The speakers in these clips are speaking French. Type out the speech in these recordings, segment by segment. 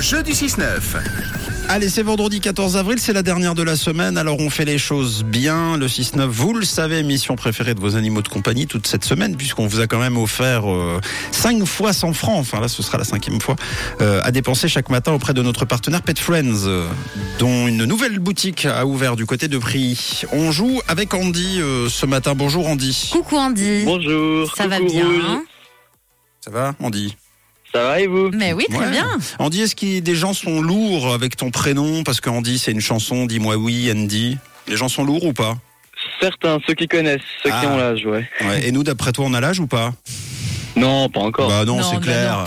jeu du 6-9. Allez, c'est vendredi 14 avril, c'est la dernière de la semaine, alors on fait les choses bien. Le 6-9, vous le savez, émission préférée de vos animaux de compagnie toute cette semaine, puisqu'on vous a quand même offert 5 fois 100 francs, enfin là ce sera la cinquième fois, euh, à dépenser chaque matin auprès de notre partenaire Pet Friends, euh, dont une nouvelle boutique a ouvert du côté de Prix. On joue avec Andy euh, ce matin. Bonjour Andy. Coucou Andy. Bonjour. Ça va Coucou, bien Mm. Rouge. hein Ça va, Andy Ça va et vous Mais oui, très Ouais. bien. Andy, est-ce que des gens sont lourds avec ton prénom Parce que Andy, c'est une chanson, dis-moi oui, Andy. Les gens sont lourds ou pas Certains, ceux qui connaissent, ceux qui Ah. ont l'âge, ouais. Ouais, et nous, d'après toi, on a l'âge ou pas Non, pas encore. Bah non, Non, c'est bah clair. non.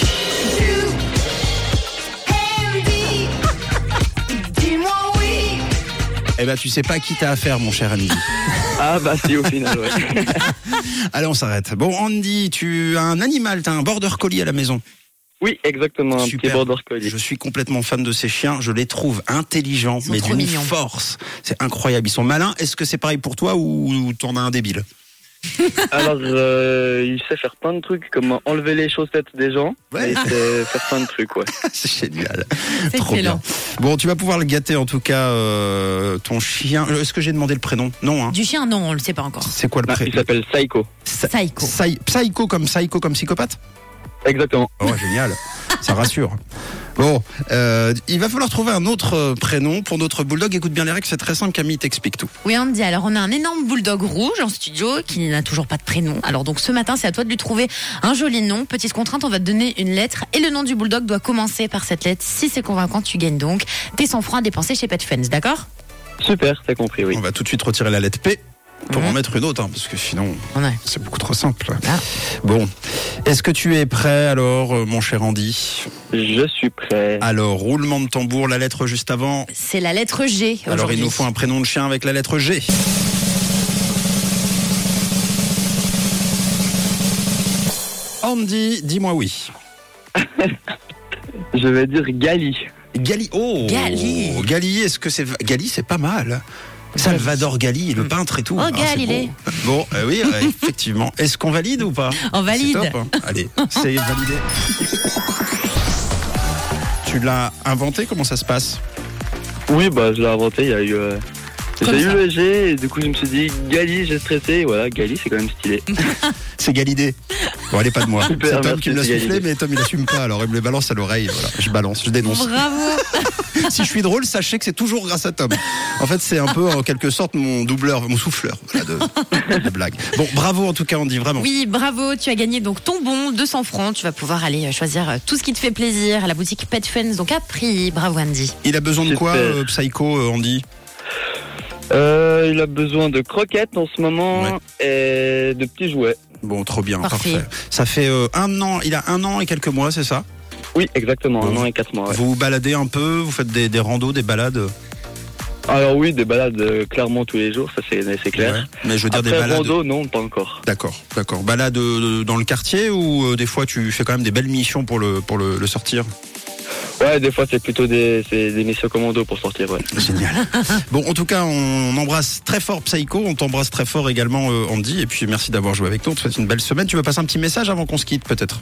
Eh ben, tu sais pas à qui t'as affaire, mon cher Andy. Ah bah si, au final, ouais. Allez, on s'arrête. Bon, Andy, tu as un animal, t'as un border collie à la maison. Oui, exactement, un Super. petit border collie. Je suis complètement fan de ces chiens. Je les trouve intelligents, Ils sont mais trop d'une mignons. force. C'est incroyable. Ils sont malins. Est-ce que c'est pareil pour toi ou ou t'en as un débile Alors, euh, il sait faire plein de trucs, comme enlever les chaussettes des gens. Ouais. Et il sait faire plein de trucs, ouais. C'est génial. C'est Trop excellent. bien. Bon, tu vas pouvoir le gâter en tout cas, euh, ton chien. Euh, Est-ce que j'ai demandé le prénom Non, hein. Du chien, non, on le sait pas encore. C'est quoi le Non, Ah, il prénom s'appelle Psycho. Psycho. Psy- Ah, Psycho comme psycho comme psychopathe Exactement. Oh, génial. Ça rassure. Bon, euh, il va falloir trouver un autre euh, prénom pour notre bulldog. Écoute bien les règles, c'est très simple. Camille t'explique tout. Oui, Andy, alors on a un énorme bulldog rouge en studio qui n'a toujours pas de prénom. Alors donc ce matin, c'est à toi de lui trouver un joli nom. Petite contrainte, on va te donner une lettre et le nom du bulldog doit commencer par cette lettre. Si c'est convaincant, tu gagnes donc tes 100 francs à dépenser chez Pet Friends, d'accord Super, t'as compris, oui. On va tout de suite retirer la lettre P pour Ouais. en mettre une autre, hein, parce que sinon Ouais. c'est beaucoup trop simple. Ah. Bon, est-ce que tu es prêt alors, euh, mon cher Andy Je suis prêt. Alors, roulement de tambour, la lettre juste avant. C'est la lettre G. Alors, il aujourd'hui. nous faut un prénom de chien avec la lettre G. Andy, dis-moi oui. Je vais dire Gali. Gali. Oh Gali. Gali, est-ce que c'est. Gali, c'est pas mal. Salvador Gali, le peintre et tout. Oh, Ah, c'est Galilée. beau. Bon, euh, oui, euh, effectivement. Est-ce qu'on valide ou pas On valide. C'est top, hein. Allez, c'est validé. Tu l'as inventé Comment ça se passe Oui, bah je l'ai inventé, il y a eu... euh, Comme J'ai eu ça. le G, et du coup je me suis dit Gali, j'ai stressé, et voilà, Gali c'est quand même stylé. C'est Galidé. Bon, allez, pas de moi. C'est Super, Tom merci, qui me l'a c'est soufflé, Galilée. mais Tom, il assume pas. Alors, il me le balance à l'oreille. Voilà, je balance, je dénonce. Bravo. si je suis drôle, sachez que c'est toujours grâce à Tom. En fait, c'est un peu en quelque sorte mon doubleur, mon souffleur voilà, de, de blague. Bon, bravo en tout cas, on dit vraiment. Oui, bravo, tu as gagné donc ton bon 200 francs. Tu vas pouvoir aller euh, choisir euh, tout ce qui te fait plaisir à la boutique Pet Friends, donc à prix. Bravo Andy. Il a besoin de quoi, Super. euh, Psycho, euh, Andy Euh, il a besoin de croquettes en ce moment Ouais. et de petits jouets. Bon, trop bien, parfait. Parfait. Ça fait euh, un an, il a un an et quelques mois, c'est ça Oui, exactement, Bon. un an et quatre mois. ouais. Vous vous baladez un peu, vous faites des, des randos, des balades Alors oui, des balades euh, clairement tous les jours, ça c'est c'est clair. Ouais. Mais je veux dire Après des balades... rando, non, pas encore. D'accord, d'accord. Balades euh, dans le quartier ou euh, des fois tu fais quand même des belles missions pour le, pour le, le sortir Ouais, des fois c'est plutôt des, c'est des missions commando pour sortir. Ouais. Génial. bon, en tout cas, on embrasse très fort Psycho, on t'embrasse très fort également euh, Andy, et puis merci d'avoir joué avec nous, on te souhaite une belle semaine. Tu veux passer un petit message avant qu'on se quitte peut-être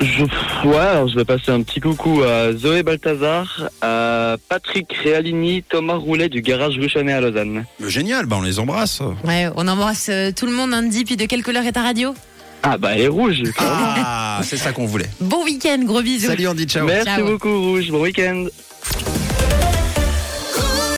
Je, ouais, alors je vais passer un petit coucou à Zoé Balthazar, à Patrick Realini, Thomas Roulet du garage Ruchonnet à Lausanne. Euh, Génial, bah on les embrasse. Ouais, on embrasse euh, tout le monde Andy, puis de quelle couleur est ta radio Ah bah elle est rouge. Ah, c'est ça qu'on voulait. Bon week-end, gros bisous. Salut Andy, ciao. Merci Ciao. beaucoup Rouge, bon week-end.